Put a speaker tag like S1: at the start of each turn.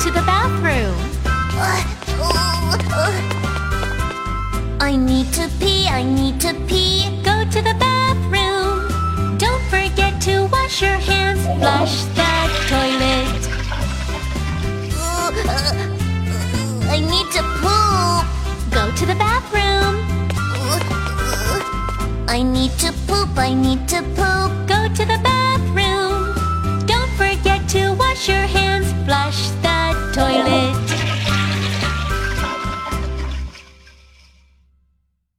S1: to the bathroom.
S2: I need to pee, I need to pee.
S1: Go to the bathroom. Don't forget to wash your hands. Flush the toilet.
S2: I need to poop.
S1: Go to the bathroom.
S2: I need to poop, I need to poop.
S1: Go to the bathroom. Don't forget to wash your hands. Flush the toilet.